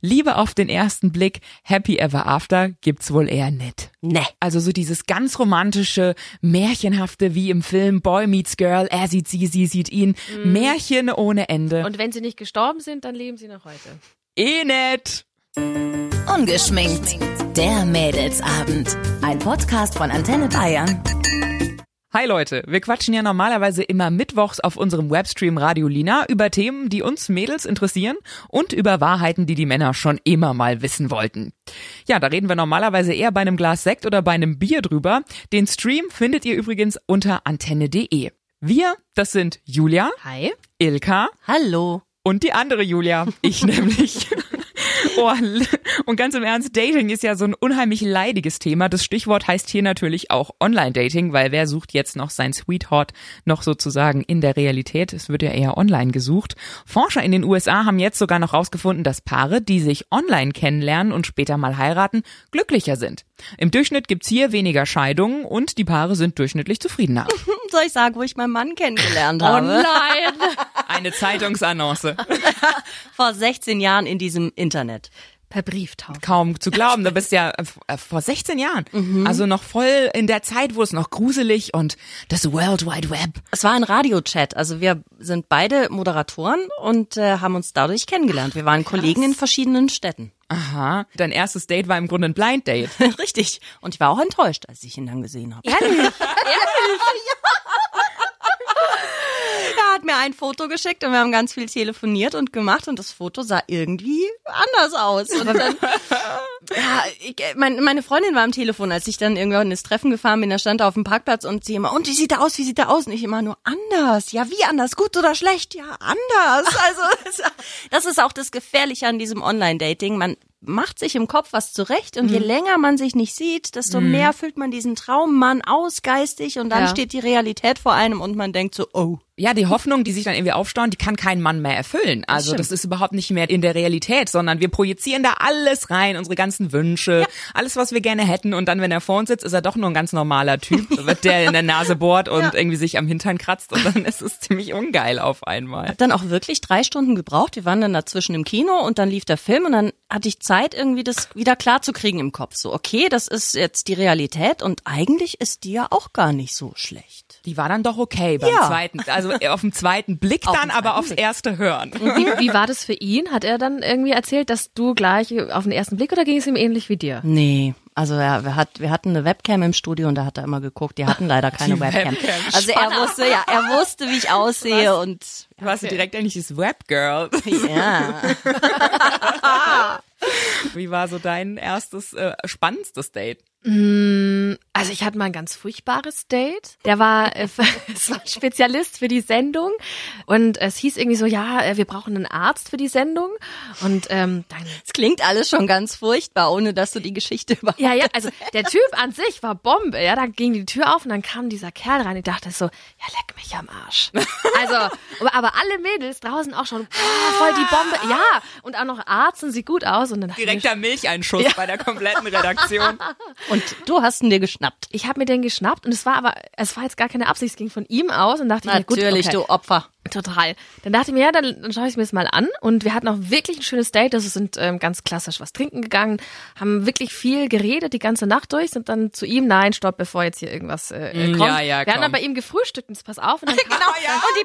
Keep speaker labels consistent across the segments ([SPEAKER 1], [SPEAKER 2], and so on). [SPEAKER 1] Liebe auf den ersten Blick, Happy Ever After gibt's wohl eher nicht.
[SPEAKER 2] Ne.
[SPEAKER 1] Also so dieses ganz romantische, märchenhafte, wie im Film Boy Meets Girl, er sieht sie, sie sieht ihn, Märchen ohne Ende.
[SPEAKER 3] Und wenn sie nicht gestorben sind, dann leben sie noch heute.
[SPEAKER 1] eh nicht.
[SPEAKER 2] Ungeschminkt. Der Mädelsabend. Ein Podcast von Antenne Bayern.
[SPEAKER 1] Hi Leute, wir quatschen ja normalerweise immer mittwochs auf unserem Webstream Radio Lina über Themen, die uns Mädels interessieren und über Wahrheiten, die die Männer schon immer mal wissen wollten. Ja, da reden wir normalerweise eher bei einem Glas Sekt oder bei einem Bier drüber. Den Stream findet ihr übrigens unter antenne.de. Wir, das sind Julia,
[SPEAKER 3] Hi.
[SPEAKER 1] Ilka
[SPEAKER 2] Hallo.
[SPEAKER 1] und die andere Julia, ich nämlich. Oh, l- und ganz im Ernst, Dating ist ja so ein unheimlich leidiges Thema. Das Stichwort heißt hier natürlich auch Online-Dating, weil wer sucht jetzt noch sein Sweetheart noch sozusagen in der Realität? Es wird ja eher online gesucht. Forscher in den USA haben jetzt sogar noch rausgefunden, dass Paare, die sich online kennenlernen und später mal heiraten, glücklicher sind. Im Durchschnitt gibt's hier weniger Scheidungen und die Paare sind durchschnittlich zufriedener.
[SPEAKER 2] Soll ich sagen, wo ich meinen Mann kennengelernt habe?
[SPEAKER 3] Oh ne? Nein.
[SPEAKER 1] Eine Zeitungsannonce.
[SPEAKER 2] Vor 16 Jahren in diesem Internet.
[SPEAKER 3] Per Brieftaube.
[SPEAKER 1] kaum zu glauben. Du bist ja äh, äh, vor 16 Jahren. Also noch voll in der Zeit, wo es noch gruselig und das World Wide Web.
[SPEAKER 2] Es war ein Radiochat. Also wir sind beide Moderatoren und äh, haben uns dadurch kennengelernt. Wir waren Kollegen in verschiedenen Städten.
[SPEAKER 1] Aha. Dein erstes Date war im Grunde ein Blind Date.
[SPEAKER 2] Richtig. Und ich war auch enttäuscht, als ich ihn dann gesehen habe. Ehrlich? er hat mir ein Foto geschickt und wir haben ganz viel telefoniert und gemacht und das Foto sah irgendwie anders aus. Und dann, ja, ich, äh, mein, meine Freundin war am Telefon, als ich dann irgendwann ins Treffen gefahren bin, da stand er auf dem Parkplatz und sie immer, und wie sieht er aus, wie sieht er aus? Und ich immer nur anders. Ja, wie anders? Gut oder schlecht? Ja, anders. Also es- das ist auch das Gefährliche an diesem Online-Dating. Man macht sich im Kopf was zurecht und je länger man sich nicht sieht, desto mehr füllt man diesen Traummann aus geistig und dann
[SPEAKER 3] Ja.
[SPEAKER 2] steht die Realität vor einem und man denkt so, oh.
[SPEAKER 1] Ja, die Hoffnung, die sich dann irgendwie aufstauen, die kann kein Mann mehr erfüllen. Also das, ist überhaupt nicht mehr in der Realität, sondern wir projizieren da alles rein, unsere ganzen Wünsche, alles, was wir gerne hätten. Und dann, wenn er vor uns sitzt, ist er doch nur ein ganz normaler Typ, wird der in der Nase bohrt und irgendwie sich am Hintern kratzt. Und dann ist es ziemlich ungeil auf einmal.
[SPEAKER 2] Hab dann auch wirklich drei Stunden gebraucht. Wir waren dann dazwischen im Kino und dann lief der Film und dann hatte ich Zeit, irgendwie das wieder klar zu kriegen im Kopf. So, okay, das ist jetzt die Realität und eigentlich ist die ja auch gar nicht so schlecht.
[SPEAKER 1] Die war dann doch okay beim
[SPEAKER 2] Ja.
[SPEAKER 1] zweiten, also auf dem zweiten Blick
[SPEAKER 2] Auf
[SPEAKER 1] dann,
[SPEAKER 2] dem
[SPEAKER 1] aber
[SPEAKER 2] zweiten
[SPEAKER 1] aufs
[SPEAKER 2] Blick.
[SPEAKER 1] erste Hören.
[SPEAKER 3] Wie, wie war das für ihn? Hat er dann irgendwie erzählt, dass du gleich auf den ersten Blick oder ging es ihm ähnlich wie dir?
[SPEAKER 2] Nee, also ja, wir, hat, wir hatten eine Webcam im Studio und da hat er immer geguckt. Die hatten leider keine Webcam.
[SPEAKER 1] Webcam.
[SPEAKER 2] Also er wusste, ja, er wusste, wie ich aussehe und
[SPEAKER 1] Du warst direkt eigentlich das Webgirl.
[SPEAKER 2] ja.
[SPEAKER 1] Wie war so dein erstes, äh, spannendstes Date?
[SPEAKER 3] Also ich hatte mal ein ganz furchtbares Date. Der war, äh, es war ein Spezialist für die Sendung und es hieß irgendwie so, ja, äh, wir brauchen einen Arzt für die Sendung und ähm, dann
[SPEAKER 2] Es klingt alles schon ganz furchtbar, ohne dass du die Geschichte überhaupt.
[SPEAKER 3] Ja, ja, also der Typ an sich war Bombe. Ja, da ging die Tür auf und dann kam dieser Kerl rein. Ich dachte so, ja, leck mich am Arsch. Also, aber- aber alle Mädels draußen auch schon, ah, voll die Bombe. Ja, und auch noch Arzen sieht gut aus. Und dann dachte ich, mir,
[SPEAKER 1] Direkter Milcheinschuss bei der kompletten Redaktion.
[SPEAKER 2] Und du hast ihn dir geschnappt.
[SPEAKER 3] ich habe mir den geschnappt und es war aber, es war jetzt gar keine Absicht, es ging von ihm aus und dachte ich mir, gut,
[SPEAKER 2] Natürlich,
[SPEAKER 3] okay.
[SPEAKER 2] du Opfer.
[SPEAKER 3] Total. Dann dachte ich mir, ja, dann, dann schaue ich mir das mal an. Und wir hatten auch wirklich ein schönes Date. Also sind ähm, ganz klassisch was trinken gegangen, haben wirklich viel geredet die ganze Nacht durch, sind dann zu ihm, nein, stopp, bevor jetzt hier irgendwas äh, äh,
[SPEAKER 1] Mm,
[SPEAKER 3] kommt.
[SPEAKER 1] ja, ja,
[SPEAKER 3] wir haben
[SPEAKER 1] komm. Genau,
[SPEAKER 3] dann bei ihm gefrühstückt und das pass auf. Und dann kam,
[SPEAKER 1] ja.
[SPEAKER 2] Und die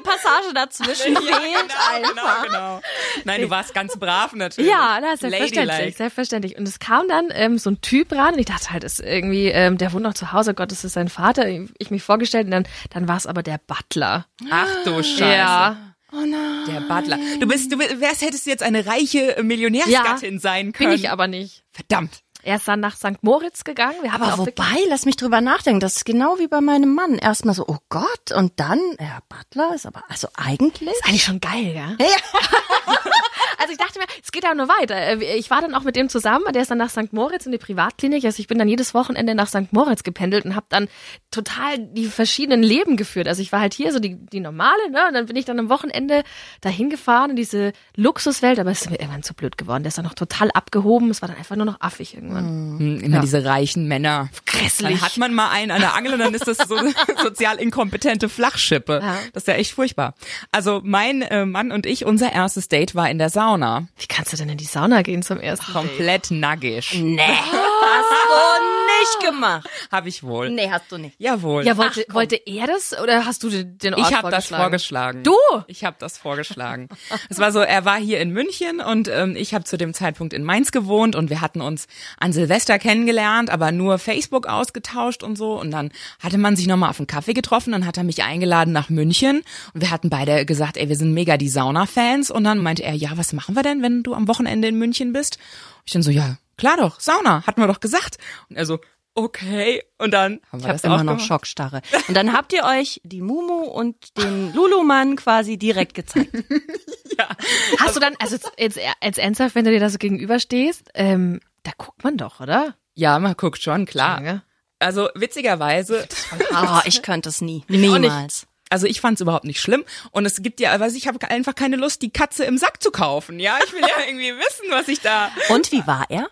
[SPEAKER 2] Passage dazwischen fehlt einfach.
[SPEAKER 1] genau. Nein, du warst ganz brav natürlich.
[SPEAKER 3] Ja, na, selbstverständlich,
[SPEAKER 1] Ladylike.
[SPEAKER 3] selbstverständlich. Und es kam dann ähm, so ein Typ ran und ich dachte halt, ist irgendwie, ähm, der wohnt noch zu Hause, Gott, das ist sein Vater. Ich mich vorgestellt und dann, dann war es aber der Butler.
[SPEAKER 1] Ach du Scheiße.
[SPEAKER 3] Ja,
[SPEAKER 1] Der Butler. Du bist, du bist, wärst, hättest du jetzt eine reiche Millionärsgattin
[SPEAKER 3] Ja,
[SPEAKER 1] sein können.
[SPEAKER 3] bin ich aber nicht.
[SPEAKER 1] Verdammt.
[SPEAKER 3] Er ist dann nach St. Moritz gegangen. Wir haben
[SPEAKER 2] Aber
[SPEAKER 3] auch wirklich-
[SPEAKER 2] wobei, lass mich drüber nachdenken, das ist genau wie bei meinem Mann. Erstmal so, oh Gott, und dann, ja, Butler ist aber, also eigentlich.
[SPEAKER 3] Ist eigentlich schon geil, ja? also ich dachte mir, es geht ja nur weiter. Äh, Ich war dann auch mit dem zusammen, der ist dann nach St. Moritz in die Privatklinik. Also ich bin dann jedes Wochenende nach St. Moritz gependelt und habe dann total die verschiedenen Leben geführt. Also ich war halt hier so die, die normale, ne? Und dann bin ich dann am Wochenende dahin gefahren in diese Luxuswelt, aber es ist mir irgendwann zu blöd geworden. Der ist dann noch total abgehoben. Es war dann einfach nur noch affig irgendwann. irgendwann.
[SPEAKER 1] Hm, Immer diese reichen Männer.
[SPEAKER 3] Grässlich.
[SPEAKER 1] Dann hat man mal einen an der Angel und dann ist das so eine sozial inkompetente Flachschippe.
[SPEAKER 3] Ja.
[SPEAKER 1] Das ist ja echt furchtbar. Also mein äh, Mann und ich, unser erstes Date war in der Sauna.
[SPEAKER 3] Wie kannst du denn in die Sauna gehen zum ersten Date?
[SPEAKER 1] Komplett nackig.
[SPEAKER 2] Nee, hast du nicht gemacht.
[SPEAKER 1] Habe ich wohl.
[SPEAKER 2] Nee, hast du nicht.
[SPEAKER 1] Jawohl.
[SPEAKER 3] Ja, wollte, wollte er das oder hast du den den Ort
[SPEAKER 1] ich habe das
[SPEAKER 3] vorgeschlagen?
[SPEAKER 1] vorgeschlagen.
[SPEAKER 3] Du?
[SPEAKER 1] Ich habe das vorgeschlagen. es war so, er war hier in München und ähm, ich habe zu dem Zeitpunkt in Mainz gewohnt und wir hatten uns an Silvester kennengelernt, aber nur Facebook ausgetauscht und so. Und dann hatte man sich nochmal auf einen Kaffee getroffen, dann hat er mich eingeladen nach München und wir hatten beide gesagt, ey, wir sind mega die Sauna-Fans. Und dann meinte er, ja, was machen wir denn, wenn du am Wochenende in München bist? Und ich dann so, ja, klar doch, Sauna, hatten wir doch gesagt. Und er so, okay. Und dann haben wir
[SPEAKER 2] Ich habe
[SPEAKER 1] das auch
[SPEAKER 2] immer noch
[SPEAKER 1] gemacht.
[SPEAKER 2] Schockstarre. Und dann habt ihr euch die Mumu und den Lulumann quasi direkt gezeigt.
[SPEAKER 3] Hast du dann, also jetzt, jetzt, jetzt ernsthaft, wenn du dir da so gegenüberstehst, ähm, da guckt man doch, oder?
[SPEAKER 1] Ja, man guckt schon, klar.
[SPEAKER 3] Lange.
[SPEAKER 1] Also witzigerweise,
[SPEAKER 2] Ah, ich könnte es nie. Niemals.
[SPEAKER 1] also ich fand es überhaupt nicht schlimm und es gibt ja, also ich habe einfach keine Lust, die Katze im Sack zu kaufen. Ja, ich will ja irgendwie wissen, was ich da
[SPEAKER 2] Und wie war er?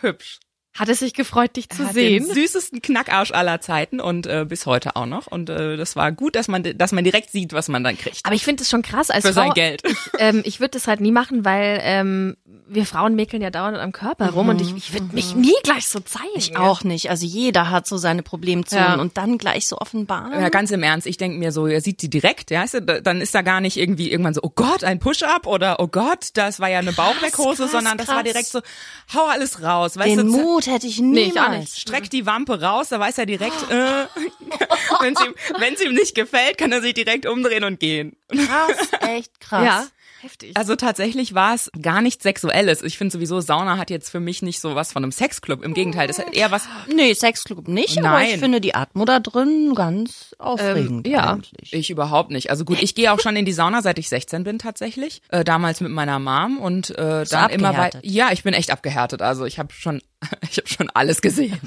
[SPEAKER 1] hübsch
[SPEAKER 3] Hat es sich gefreut, dich zu
[SPEAKER 1] Hat
[SPEAKER 3] sehen?
[SPEAKER 1] Den süßesten Knackarsch aller Zeiten und äh, bis heute auch noch und äh, das war gut, dass man, dass man direkt sieht, was man dann kriegt
[SPEAKER 3] Aber ich finde es schon krass als
[SPEAKER 1] für
[SPEAKER 3] Frau.
[SPEAKER 1] sein Geld.
[SPEAKER 3] Ähm, ich würde das halt nie machen, weil ähm, wir Frauen mäkeln ja dauernd am Körper rum und ich, ich würde mich nie gleich so zeigen.
[SPEAKER 2] Ich auch nicht. Also jeder hat so seine Problemzonen
[SPEAKER 3] Ja.
[SPEAKER 2] und dann gleich so offenbaren.
[SPEAKER 1] Ja, ganz im Ernst, ich denke mir so, er sieht sie direkt, ja, weißt du, da- dann ist da gar nicht irgendwie irgendwann so, oh Gott, ein Push-Up oder oh Gott, das war ja eine Bauchweckhose,
[SPEAKER 2] krass,
[SPEAKER 1] sondern das war
[SPEAKER 2] krass.
[SPEAKER 1] direkt so, hau alles raus, weißt
[SPEAKER 2] den
[SPEAKER 1] du,
[SPEAKER 2] Mut hätte Also ich
[SPEAKER 3] Nee, ich auch
[SPEAKER 2] niemals.
[SPEAKER 1] streckt die Wampe raus, da weiß er direkt, äh, wenn es ihm, wenn's ihm nicht gefällt, kann er sich direkt umdrehen und gehen.
[SPEAKER 2] krass, echt krass.
[SPEAKER 3] Ja, heftig.
[SPEAKER 1] Also tatsächlich war es gar nichts Sexuelles. Ich finde sowieso, Sauna hat jetzt für mich nicht so was von einem Sexclub. Im Gegenteil, das hat eher was,
[SPEAKER 2] Nee, Sexclub nicht, aber
[SPEAKER 1] Nein.
[SPEAKER 2] ich finde die Atmo da drin ganz aufregend
[SPEAKER 3] ja.
[SPEAKER 2] eigentlich.
[SPEAKER 1] ich überhaupt nicht. Also gut, ich gehe auch schon in die Sauna, seit ich 16 bin tatsächlich. Äh, damals mit meiner Mom und äh, dann immer weiter.
[SPEAKER 2] abgehärtet?
[SPEAKER 1] Ja, ich bin echt abgehärtet. Also ich habe schon, ich habe schon alles gesehen.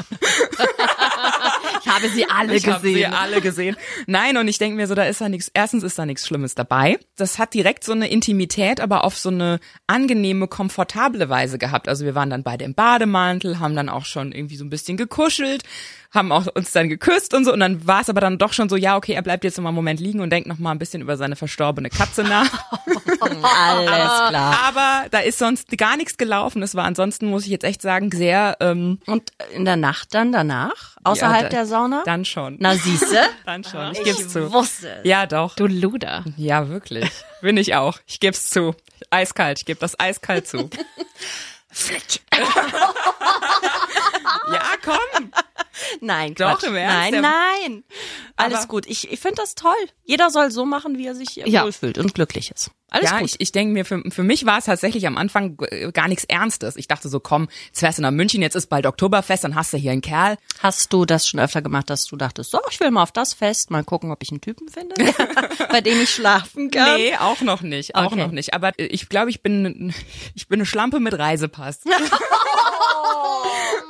[SPEAKER 3] Ich habe sie alle
[SPEAKER 1] Ich habe sie alle gesehen. Nein, und ich denke mir so, da ist ja nichts. Erstens ist da nichts Schlimmes dabei. Das hat direkt so eine Intimität, aber auf so eine angenehme, komfortable Weise gehabt. Also wir waren dann beide im Bademantel, haben dann auch schon irgendwie so ein bisschen gekuschelt, haben auch uns dann geküsst und so. Und dann war es aber dann doch schon so, ja, okay, er bleibt jetzt noch mal einen Moment liegen und denkt noch mal ein bisschen über seine verstorbene Katze nach.
[SPEAKER 2] Alles klar.
[SPEAKER 1] aber da ist sonst gar nichts gelaufen. Es war ansonsten, muss ich jetzt echt sagen, sehr ähm,
[SPEAKER 2] Und in der Nacht dann danach, außerhalb
[SPEAKER 1] ja, da-
[SPEAKER 2] der Sauna?
[SPEAKER 1] Dann schon.
[SPEAKER 2] Na siehste,
[SPEAKER 1] dann schon. Ich geb's
[SPEAKER 2] ich
[SPEAKER 1] zu.
[SPEAKER 2] wusste. es.
[SPEAKER 1] Ja, doch.
[SPEAKER 3] Du Luder.
[SPEAKER 1] Ja, wirklich. Bin ich auch. Ich geb's zu. Eiskalt. Ich geb das eiskalt zu.
[SPEAKER 2] Flick.
[SPEAKER 1] Ja, komm.
[SPEAKER 2] Nein,
[SPEAKER 1] Doch,
[SPEAKER 2] Quatsch.
[SPEAKER 1] im Ernst, der-
[SPEAKER 2] Nein, nein. Alles
[SPEAKER 1] Aber-
[SPEAKER 2] gut. Ich, ich finde das toll. Jeder soll so machen, wie er sich
[SPEAKER 3] Ja.
[SPEAKER 2] wohlfühlt und glücklich ist. Alles
[SPEAKER 1] ja,
[SPEAKER 2] gut.
[SPEAKER 1] ich, ich denke mir, für, für mich war es tatsächlich am Anfang äh, gar nichts Ernstes. Ich dachte so, komm, jetzt fährst du nach München, jetzt ist bald Oktoberfest, dann hast du hier einen Kerl.
[SPEAKER 2] Hast du das schon öfter gemacht, dass du dachtest, so, ich will mal auf das Fest, mal gucken, ob ich einen Typen finde, bei dem ich schlafen kann?
[SPEAKER 1] Nee, auch noch nicht, auch
[SPEAKER 2] Okay.
[SPEAKER 1] noch nicht. Aber äh, ich glaube, ich bin, ich bin eine Schlampe mit Reisepass.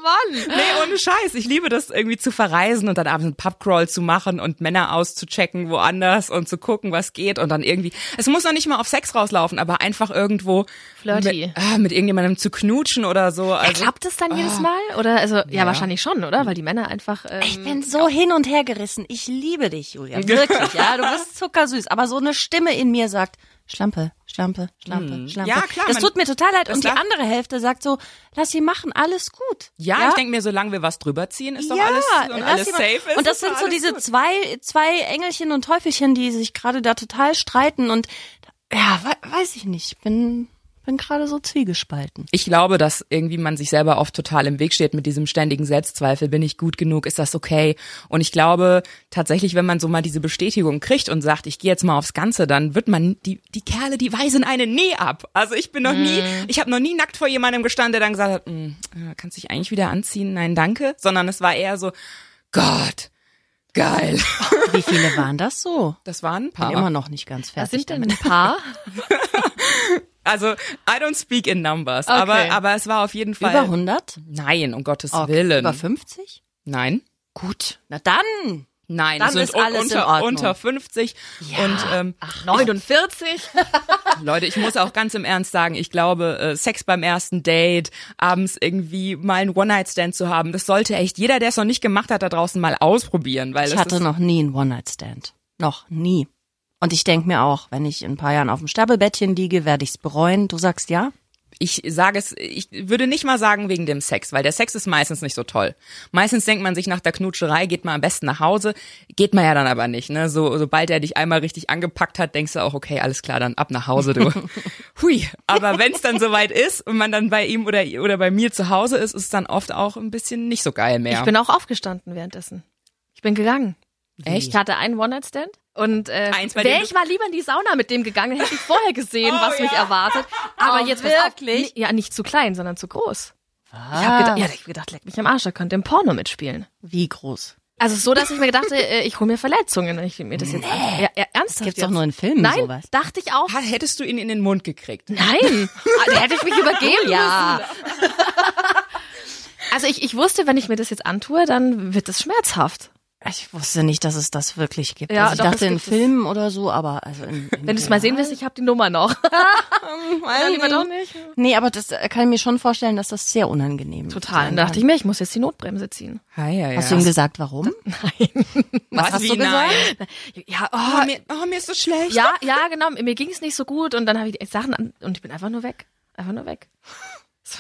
[SPEAKER 3] Mann.
[SPEAKER 1] Nee, ohne Scheiß. Ich liebe das irgendwie zu verreisen und dann abends einen Pubcrawl zu machen und Männer auszuchecken woanders und zu gucken, was geht und dann irgendwie. Es muss noch nicht mal auf Sex rauslaufen, aber einfach irgendwo
[SPEAKER 3] Flirty.
[SPEAKER 1] Mit, äh, mit irgendjemandem zu knutschen oder so. Also,
[SPEAKER 3] Klappt es dann jedes Mal? Oder also ja, wahrscheinlich schon, oder? Weil die Männer einfach. Ähm,
[SPEAKER 2] Ich bin so hin und her gerissen. Ich liebe dich, Julia. Wirklich, ja. Du bist zuckersüß. Aber so eine Stimme in mir sagt, Schlampe, Schlampe, Schlampe, Schlampe.
[SPEAKER 1] Hm. Ja, klar,
[SPEAKER 2] Das
[SPEAKER 1] man-
[SPEAKER 2] tut mir total leid.
[SPEAKER 1] das
[SPEAKER 2] Und die
[SPEAKER 1] darf-
[SPEAKER 2] andere Hälfte sagt so, lass sie machen, alles gut.
[SPEAKER 1] ja, ich denke mir, solange wir was drüber ziehen, ist doch
[SPEAKER 2] Ja,
[SPEAKER 1] alles, und
[SPEAKER 2] lass
[SPEAKER 1] alles
[SPEAKER 2] sie mal-
[SPEAKER 1] safe. Ist,
[SPEAKER 2] Und das
[SPEAKER 1] ist
[SPEAKER 2] sind
[SPEAKER 1] doch
[SPEAKER 2] so
[SPEAKER 1] alles
[SPEAKER 2] diese
[SPEAKER 1] gut.
[SPEAKER 2] zwei, zwei Engelchen und Teufelchen, die sich gerade da total streiten. Und ja, we weiß ich nicht. Ich bin, bin gerade so zwiegespalten.
[SPEAKER 1] Ich glaube, dass irgendwie man sich selber oft total im Weg steht mit diesem ständigen Selbstzweifel. Bin ich gut genug? Ist das okay? Und ich glaube tatsächlich, wenn man so mal diese Bestätigung kriegt und sagt, ich gehe jetzt mal aufs Ganze, dann wird man die die Kerle, die weisen einen nie ab. Also ich bin noch nie, ich habe noch nie nackt vor jemandem gestanden, der dann gesagt hat, "Mm, äh, kannst dich eigentlich wieder anziehen? Nein, danke. Sondern es war eher so, Gott, geil.
[SPEAKER 2] Wie viele waren das so?
[SPEAKER 1] Das waren ein
[SPEAKER 2] Bin
[SPEAKER 1] paar.
[SPEAKER 2] immer noch nicht ganz
[SPEAKER 3] was
[SPEAKER 2] fertig.
[SPEAKER 3] sind denn
[SPEAKER 2] damit.
[SPEAKER 3] ein paar?
[SPEAKER 1] Also I don't speak in numbers,
[SPEAKER 3] Okay.
[SPEAKER 1] aber aber es war auf jeden Fall
[SPEAKER 2] Über 100?
[SPEAKER 1] Nein, um Gottes
[SPEAKER 2] Okay.
[SPEAKER 1] Willen.
[SPEAKER 2] Über 50?
[SPEAKER 1] Nein.
[SPEAKER 2] Gut, na dann.
[SPEAKER 1] Nein,
[SPEAKER 2] Dann
[SPEAKER 1] es sind
[SPEAKER 2] ist
[SPEAKER 1] un-
[SPEAKER 2] alles in
[SPEAKER 1] unter,
[SPEAKER 2] Ordnung.
[SPEAKER 1] unter 50. Und ähm,
[SPEAKER 3] Ach, 49?
[SPEAKER 1] Leute, ich muss auch ganz im Ernst sagen, ich glaube, äh, Sex beim ersten Date, abends irgendwie mal einen One-Night-Stand zu haben, das sollte echt jeder, der es noch nicht gemacht hat, da draußen mal ausprobieren. Weil
[SPEAKER 2] Ich
[SPEAKER 1] es
[SPEAKER 2] hatte
[SPEAKER 1] ist,
[SPEAKER 2] noch nie einen One-Night-Stand. Noch nie. Und ich denke mir auch, wenn ich in ein paar Jahren auf dem Sterbebettchen liege, werde ich es bereuen. Du sagst ja?
[SPEAKER 1] ich sage es, ich würde nicht mal sagen wegen dem Sex, weil der Sex ist meistens nicht so toll. Meistens denkt man sich nach der Knutscherei, geht man am besten nach Hause, geht man ja dann aber nicht. Ne? So, sobald er dich einmal richtig angepackt hat, denkst du auch, okay, alles klar, dann ab nach Hause, du. Hui. Aber wenn es dann soweit ist und man dann bei ihm oder, oder bei mir zu Hause ist, ist es dann oft auch ein bisschen nicht so geil mehr.
[SPEAKER 3] Ich bin auch aufgestanden währenddessen. Ich bin gegangen.
[SPEAKER 1] Echt?
[SPEAKER 3] Ich hatte einen One-Night-Stand und äh,
[SPEAKER 1] Eins, bei dem
[SPEAKER 3] wäre
[SPEAKER 1] du-
[SPEAKER 3] ich mal lieber in die Sauna mit dem gegangen, dann hätte ich vorher gesehen,
[SPEAKER 1] Oh,
[SPEAKER 3] was mich
[SPEAKER 1] ja.
[SPEAKER 3] erwartet. Aber
[SPEAKER 2] Oh,
[SPEAKER 3] jetzt pass auf,
[SPEAKER 2] wirklich?
[SPEAKER 3] nee, ja, nicht zu klein, sondern zu groß. Ich habe gedacht, ja, ich hab gedacht, leck mich am Arsch, da könnte im Porno mitspielen.
[SPEAKER 2] Wie groß?
[SPEAKER 3] Also so, dass ich mir gedacht habe, äh, ich hole mir Verletzungen, wenn ich mir das jetzt an. Ja, ja, ernsthaft.
[SPEAKER 2] Gibt's
[SPEAKER 3] jetzt.
[SPEAKER 2] doch nur in Filmen
[SPEAKER 3] Nein,
[SPEAKER 2] sowas.
[SPEAKER 3] dachte ich auch.
[SPEAKER 1] Ha- Hättest du ihn in den Mund gekriegt?
[SPEAKER 3] Nein, Ah, da hätte ich mich übergeben.
[SPEAKER 2] Ja.
[SPEAKER 3] Also ich, ich wusste, wenn ich mir das jetzt antue, dann wird es schmerzhaft.
[SPEAKER 2] Ich wusste nicht, dass es das wirklich gibt.
[SPEAKER 3] Ja,
[SPEAKER 2] also ich
[SPEAKER 3] doch,
[SPEAKER 2] dachte
[SPEAKER 3] es
[SPEAKER 2] in
[SPEAKER 3] gibt es.
[SPEAKER 2] Filmen oder so, aber also in, in
[SPEAKER 3] Wenn du es mal sehen willst, ich habe die Nummer noch. Dann lieber doch hm, nicht.
[SPEAKER 2] Nee, aber das äh, kann ich mir schon vorstellen, dass das sehr unangenehm ist.
[SPEAKER 3] Total. Dann dachte ich mir, ich muss jetzt die Notbremse ziehen.
[SPEAKER 1] Hi, ja, ja.
[SPEAKER 2] Hast du ihm gesagt, warum?
[SPEAKER 1] was,
[SPEAKER 2] hast
[SPEAKER 1] wie
[SPEAKER 2] du gesagt?
[SPEAKER 1] Nein?
[SPEAKER 3] Ja,
[SPEAKER 1] Oh,
[SPEAKER 3] oh,
[SPEAKER 1] mir, oh, mir ist so schlecht.
[SPEAKER 3] ja, ja, genau. Mir ging es nicht so gut und dann habe ich die Sachen an und ich bin einfach nur weg. Einfach nur weg.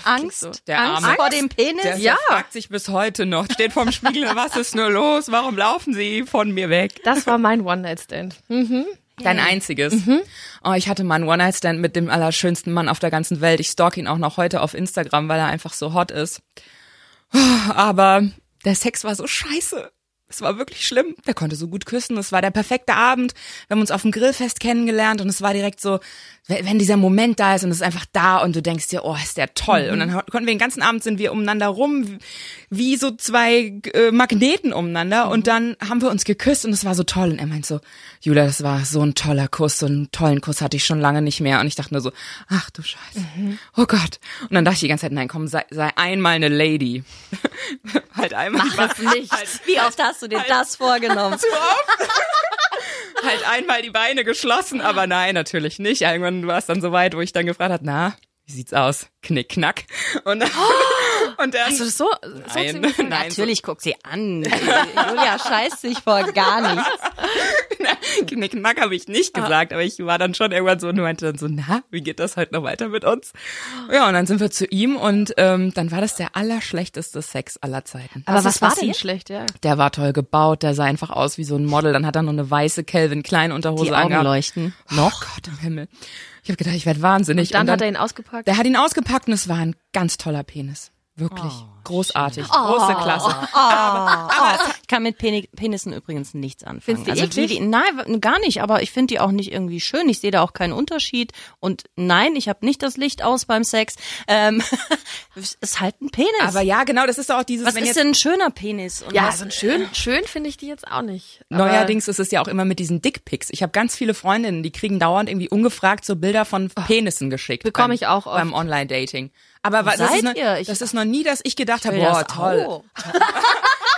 [SPEAKER 2] Angst?
[SPEAKER 3] so.
[SPEAKER 1] Der
[SPEAKER 2] Angst
[SPEAKER 1] Arme.
[SPEAKER 2] vor dem Penis?
[SPEAKER 1] Der,
[SPEAKER 3] Ja.
[SPEAKER 1] der fragt sich bis heute noch, steht vorm Spiegel, was ist nur los? Warum laufen sie von mir weg?
[SPEAKER 3] Das war mein One-Night-Stand.
[SPEAKER 1] Dein einziges. Oh, ich hatte mal einen One-Night-Stand mit dem allerschönsten Mann auf der ganzen Welt. Ich stalk ihn auch noch heute auf Instagram, weil er einfach so hot ist. Aber der Sex war so scheiße. Es war wirklich schlimm. Der konnte so gut küssen. Es war der perfekte Abend. Wir haben uns auf dem Grillfest kennengelernt und es war direkt so, we- wenn dieser Moment da ist und es ist einfach da und du denkst dir, oh, ist der toll. Und dann ho- konnten wir den ganzen Abend sind wir umeinander rum, wie- wie so zwei äh, Magneten umeinander. Und dann haben wir uns geküsst und es war so toll. Und er meint so, Julia, das war so ein toller Kuss. So einen tollen Kuss hatte ich schon lange nicht mehr. Und ich dachte nur so, ach du Scheiße. Oh Gott. Und dann dachte ich die ganze Zeit, nein, komm, sei, sei einmal eine Lady. halt einmal.
[SPEAKER 3] Mach es nicht.
[SPEAKER 2] Wie oft hast du dir das vorgenommen?
[SPEAKER 1] halt einmal die Beine geschlossen, aber nein, natürlich nicht. Irgendwann war es dann so weit, wo ich dann gefragt habe, na, wie sieht's aus? Knick, knack. Und dann, und dann
[SPEAKER 3] Also so, so
[SPEAKER 1] nein,
[SPEAKER 3] ziemlich-
[SPEAKER 1] nein, so,
[SPEAKER 2] Natürlich guck sie an. Julia scheißt sich vor gar nichts.
[SPEAKER 1] knick, knack habe ich nicht
[SPEAKER 3] Ah.
[SPEAKER 1] gesagt, aber ich war dann schon irgendwann so und meinte dann so, na, wie geht das heute noch weiter mit uns? Ja, und dann sind wir zu ihm und ähm, dann war das der allerschlechteste Sex aller Zeiten.
[SPEAKER 3] Aber was,
[SPEAKER 2] Was ist
[SPEAKER 3] war denn
[SPEAKER 2] passiert?
[SPEAKER 3] schlecht, ja?
[SPEAKER 1] Der war toll gebaut, der sah einfach aus wie so ein Model. Dann hat er noch eine weiße Calvin Klein Unterhose
[SPEAKER 2] Die Augen
[SPEAKER 1] angehabt.
[SPEAKER 2] leuchten.
[SPEAKER 1] Noch? Oh Gott im Himmel. Ich habe gedacht, ich werde wahnsinnig.
[SPEAKER 3] Dann,
[SPEAKER 1] Und
[SPEAKER 3] hat er ihn ausgepackt.
[SPEAKER 1] Der hat ihn ausgepackt und es war ein ganz toller Penis. Wirklich. Großartig. Große Klasse.
[SPEAKER 2] Ich kann mit Peni- Penissen übrigens nichts anfangen. Also
[SPEAKER 3] Findest du
[SPEAKER 2] die,
[SPEAKER 3] eklig?
[SPEAKER 2] die, nein, gar nicht, aber ich finde die auch nicht irgendwie schön. Ich sehe da auch keinen Unterschied. Und nein, ich habe nicht das Licht aus beim Sex. Ähm, es ist halt ein Penis.
[SPEAKER 1] Aber ja, genau, das ist doch auch dieses,
[SPEAKER 2] was
[SPEAKER 1] wenn
[SPEAKER 2] ist
[SPEAKER 1] jetzt
[SPEAKER 2] denn ein schöner Penis? Und
[SPEAKER 3] ja,
[SPEAKER 2] was-
[SPEAKER 3] so ein schön, schön finde ich die jetzt auch nicht. Aber-
[SPEAKER 1] Neuerdings ist es ja auch immer mit diesen Dickpics. Ich habe ganz viele Freundinnen, die kriegen dauernd irgendwie ungefragt so Bilder von Penissen geschickt.
[SPEAKER 3] Bekomm
[SPEAKER 1] beim,
[SPEAKER 3] ich auch oft.
[SPEAKER 1] Beim Online-Dating. Aber wa- das
[SPEAKER 2] seid
[SPEAKER 1] ist, ne,
[SPEAKER 2] ihr? Ich-
[SPEAKER 1] das ist noch nie, dass ich gedacht habe,
[SPEAKER 2] will
[SPEAKER 1] boah,
[SPEAKER 2] das
[SPEAKER 1] toll.
[SPEAKER 2] auch.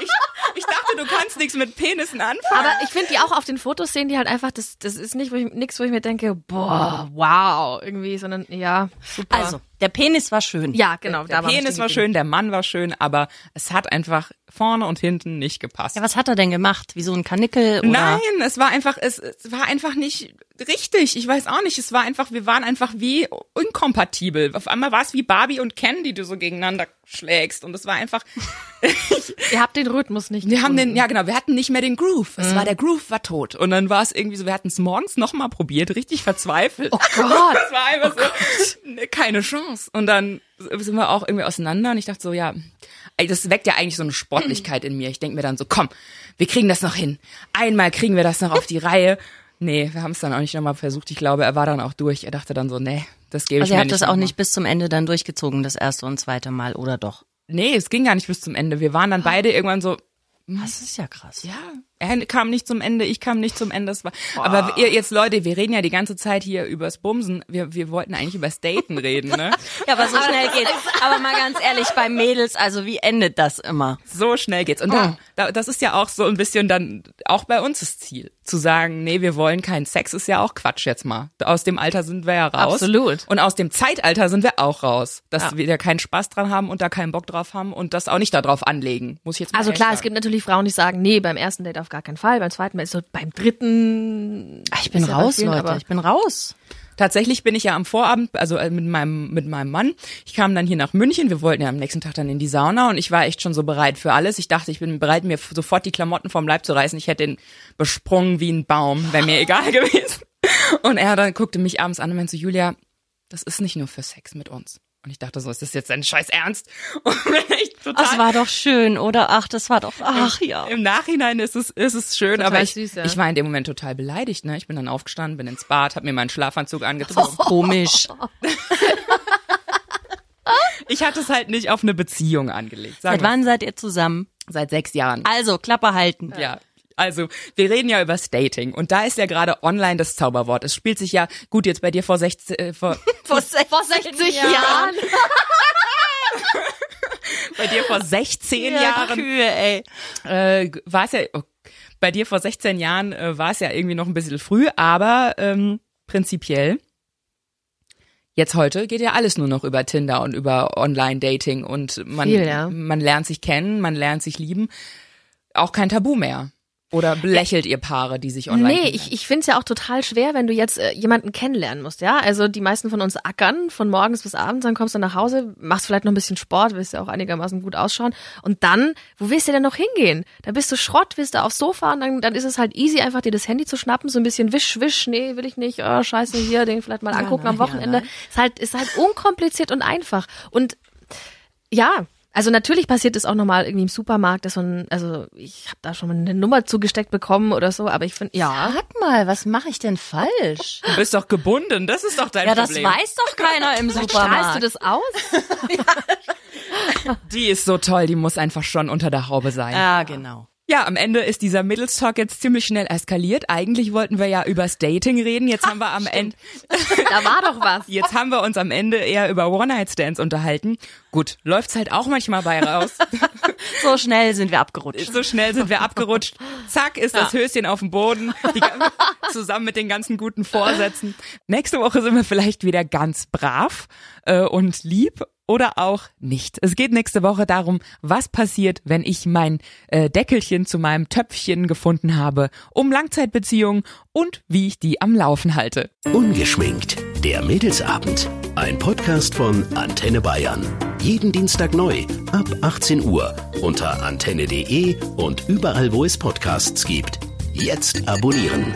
[SPEAKER 1] Ich, ich dachte, du kannst nichts mit Penissen anfangen.
[SPEAKER 3] Aber ich finde die auch auf den Fotos sehen die halt einfach, das, das ist nicht wo ich, nix, wo ich mir denke, boah, wow, irgendwie, sondern ja, super.
[SPEAKER 2] also, der Penis war schön.
[SPEAKER 3] ja, genau, da
[SPEAKER 1] der Penis war schön, der Mann war schön, aber es hat einfach vorne und hinten nicht gepasst.
[SPEAKER 2] Ja, was hat er denn gemacht? Wie so ein Kanickel? Oder?
[SPEAKER 1] Nein, es war einfach, es, es war einfach nicht richtig. Ich weiß auch nicht. Es war einfach, wir waren einfach wie inkompatibel. Auf einmal war es wie Barbie und Ken, die du so gegeneinander schlägst. Und es war einfach,
[SPEAKER 3] Ihr habt den Rhythmus nicht.
[SPEAKER 1] wir haben den,
[SPEAKER 3] gefunden.
[SPEAKER 1] ja genau, wir hatten nicht mehr den Groove. Es war der Groove war tot. Und dann war es irgendwie so, wir hatten es morgens nochmal probiert, richtig verzweifelt.
[SPEAKER 3] Oh Gott.
[SPEAKER 1] Es war einfach
[SPEAKER 2] Oh
[SPEAKER 1] so, ne, keine Chance. Und dann sind wir auch irgendwie auseinander und ich dachte so, ja, ey, das weckt ja eigentlich so eine Sportlichkeit in mir. Ich denke mir dann so, komm, wir kriegen das noch hin. Einmal kriegen wir das noch auf die Reihe. Nee, wir haben es dann auch nicht nochmal versucht. Ich glaube, er war dann auch durch. Er dachte dann so, nee, das gebe
[SPEAKER 2] Also
[SPEAKER 1] ich
[SPEAKER 2] ihr
[SPEAKER 1] mir
[SPEAKER 2] habt
[SPEAKER 1] nicht.
[SPEAKER 2] das auch
[SPEAKER 1] nochmal.
[SPEAKER 2] nicht bis zum Ende dann durchgezogen, das erste und zweite Mal, oder doch? Ah.
[SPEAKER 1] Nee, es ging gar nicht bis zum Ende. Wir waren dann beide irgendwann so,
[SPEAKER 2] Das ist ja krass.
[SPEAKER 1] ja, er kam nicht zum Ende, ich kam nicht zum Ende. Es war, Aber ihr, jetzt Leute, wir reden ja die ganze Zeit hier übers Bumsen. Wir, wir wollten eigentlich übers Daten reden, ne?
[SPEAKER 2] Ja, aber so schnell geht's. Aber mal ganz ehrlich, bei Mädels, also wie endet das immer?
[SPEAKER 1] So schnell geht's. Und
[SPEAKER 3] Oh.
[SPEAKER 1] da, da, das ist ja auch so ein bisschen dann auch bei uns das Ziel. Zu sagen, nee, wir wollen keinen Sex, ist ja auch Quatsch jetzt mal. Aus dem Alter sind wir ja raus.
[SPEAKER 3] Absolut.
[SPEAKER 1] Und aus dem Zeitalter sind wir auch raus. Dass wir da keinen Spaß dran haben und da keinen Bock drauf haben und das auch nicht darauf anlegen. Muss ich jetzt mal
[SPEAKER 3] Also
[SPEAKER 1] ehrlich
[SPEAKER 3] klar,
[SPEAKER 1] sagen.
[SPEAKER 3] es gibt natürlich Frauen, die sagen, nee, beim ersten Date auf gar keinen Fall, beim zweiten Mal ist so, beim dritten.
[SPEAKER 2] Ich bin
[SPEAKER 3] Ist ja bei
[SPEAKER 2] raus,
[SPEAKER 3] vielen,
[SPEAKER 2] Leute.
[SPEAKER 3] aber-
[SPEAKER 2] Ich bin raus.
[SPEAKER 1] Tatsächlich bin ich ja am Vorabend, also äh, mit meinem, mit meinem Mann. Ich kam dann hier nach München. Wir wollten ja am nächsten Tag dann in die Sauna und ich war echt schon so bereit für alles. Ich dachte, ich bin bereit, mir f- sofort die Klamotten vom Leib zu reißen. Ich hätte ihn besprungen wie ein Baum. Wäre mir egal gewesen. Und er dann guckte mich abends an und meinte so, Julia, das ist nicht nur für Sex mit uns. Und ich dachte so, ist das jetzt ein scheiß Ernst? Und bin echt total
[SPEAKER 2] Das war doch schön, oder? Ach, das war doch, ach ja.
[SPEAKER 1] im Nachhinein ist es, ist es schön,
[SPEAKER 3] Total
[SPEAKER 1] aber ich,
[SPEAKER 3] süß, ja.
[SPEAKER 1] ich war in dem Moment total beleidigt. Ne? Ich bin dann aufgestanden, bin ins Bad, habe mir meinen Schlafanzug
[SPEAKER 3] Oh.
[SPEAKER 1] angezogen.
[SPEAKER 2] Komisch.
[SPEAKER 1] Ich hatte es halt nicht auf eine Beziehung angelegt. Sagen
[SPEAKER 2] Seit
[SPEAKER 1] wir
[SPEAKER 2] wann seid ihr zusammen?
[SPEAKER 1] es. Seit sechs Jahren.
[SPEAKER 2] Also, Klappe halten.
[SPEAKER 1] Ja. Also, wir reden ja über Dating und da ist ja gerade online das Zauberwort. Es spielt sich ja, gut, jetzt bei dir vor 16, äh, vor,
[SPEAKER 2] Vor 60,
[SPEAKER 3] Vor 60 Jahren.
[SPEAKER 1] bei dir vor 16
[SPEAKER 2] Ja,
[SPEAKER 1] Jahren
[SPEAKER 2] Kühe, ey.
[SPEAKER 1] äh, war es ja, oh, bei dir vor 16 Jahren äh, war es ja irgendwie noch ein bisschen früh, aber ähm, prinzipiell, jetzt heute geht ja alles nur noch über Tinder und über Online-Dating und man,
[SPEAKER 3] Viel, ja.
[SPEAKER 1] man lernt sich kennen, man lernt sich lieben. Auch kein Tabu mehr. Oder belächelt ihr Paare, die sich online
[SPEAKER 3] Nee,
[SPEAKER 1] kennenlernen?
[SPEAKER 3] ich, ich finde es ja auch total schwer, wenn du jetzt äh, jemanden kennenlernen musst, ja? Also die meisten von uns ackern von morgens bis abends, dann kommst du nach Hause, machst vielleicht noch ein bisschen Sport, willst ja auch einigermaßen gut ausschauen und dann, wo willst du denn noch hingehen? Dann bist du Schrott, willst du aufs Sofa und dann, dann ist es halt easy, einfach dir das Handy zu schnappen, so ein bisschen wisch, wisch, nee, will ich nicht, oh, scheiße, hier, den vielleicht mal angucken
[SPEAKER 2] nein,
[SPEAKER 3] am
[SPEAKER 2] ja,
[SPEAKER 3] Wochenende.
[SPEAKER 2] nein.
[SPEAKER 3] ist halt, ist halt unkompliziert und einfach. Und ja, also natürlich passiert es auch nochmal irgendwie im Supermarkt, dass man, also ich habe da schon mal eine Nummer zugesteckt bekommen oder so, aber ich finde, ja.
[SPEAKER 2] Sag mal, was mache ich denn falsch?
[SPEAKER 1] Du bist doch gebunden, das ist doch dein
[SPEAKER 2] Ja, das
[SPEAKER 1] Problem.
[SPEAKER 2] weiß doch keiner im
[SPEAKER 3] Strahlst
[SPEAKER 2] Supermarkt.
[SPEAKER 3] du das aus?
[SPEAKER 1] Die ist so toll, die muss einfach schon unter der Haube sein.
[SPEAKER 2] Ja, genau.
[SPEAKER 1] Ja, am Ende ist dieser Middles-Talk jetzt ziemlich schnell eskaliert. Eigentlich wollten wir ja übers Dating reden, jetzt haben wir am Ende,
[SPEAKER 3] Da war doch was.
[SPEAKER 1] jetzt haben wir uns am Ende eher über One-Night-Stands unterhalten. Gut, läuft's halt auch manchmal bei raus.
[SPEAKER 2] So schnell sind wir abgerutscht.
[SPEAKER 1] so schnell sind wir abgerutscht. Zack, ist das Höschen auf dem Boden. Die, ga- zusammen mit den ganzen guten Vorsätzen. Nächste Woche sind wir vielleicht wieder ganz brav äh, und lieb oder auch nicht. Es geht nächste Woche darum, was passiert, wenn ich mein äh, Deckelchen zu meinem Töpfchen gefunden habe, um Langzeitbeziehungen und wie ich die am Laufen halte.
[SPEAKER 4] Ungeschminkt. Der Mädelsabend. Ein Podcast von Antenne Bayern. Jeden Dienstag neu ab 18 Uhr unter antenne.de und überall, wo es Podcasts gibt. Jetzt abonnieren.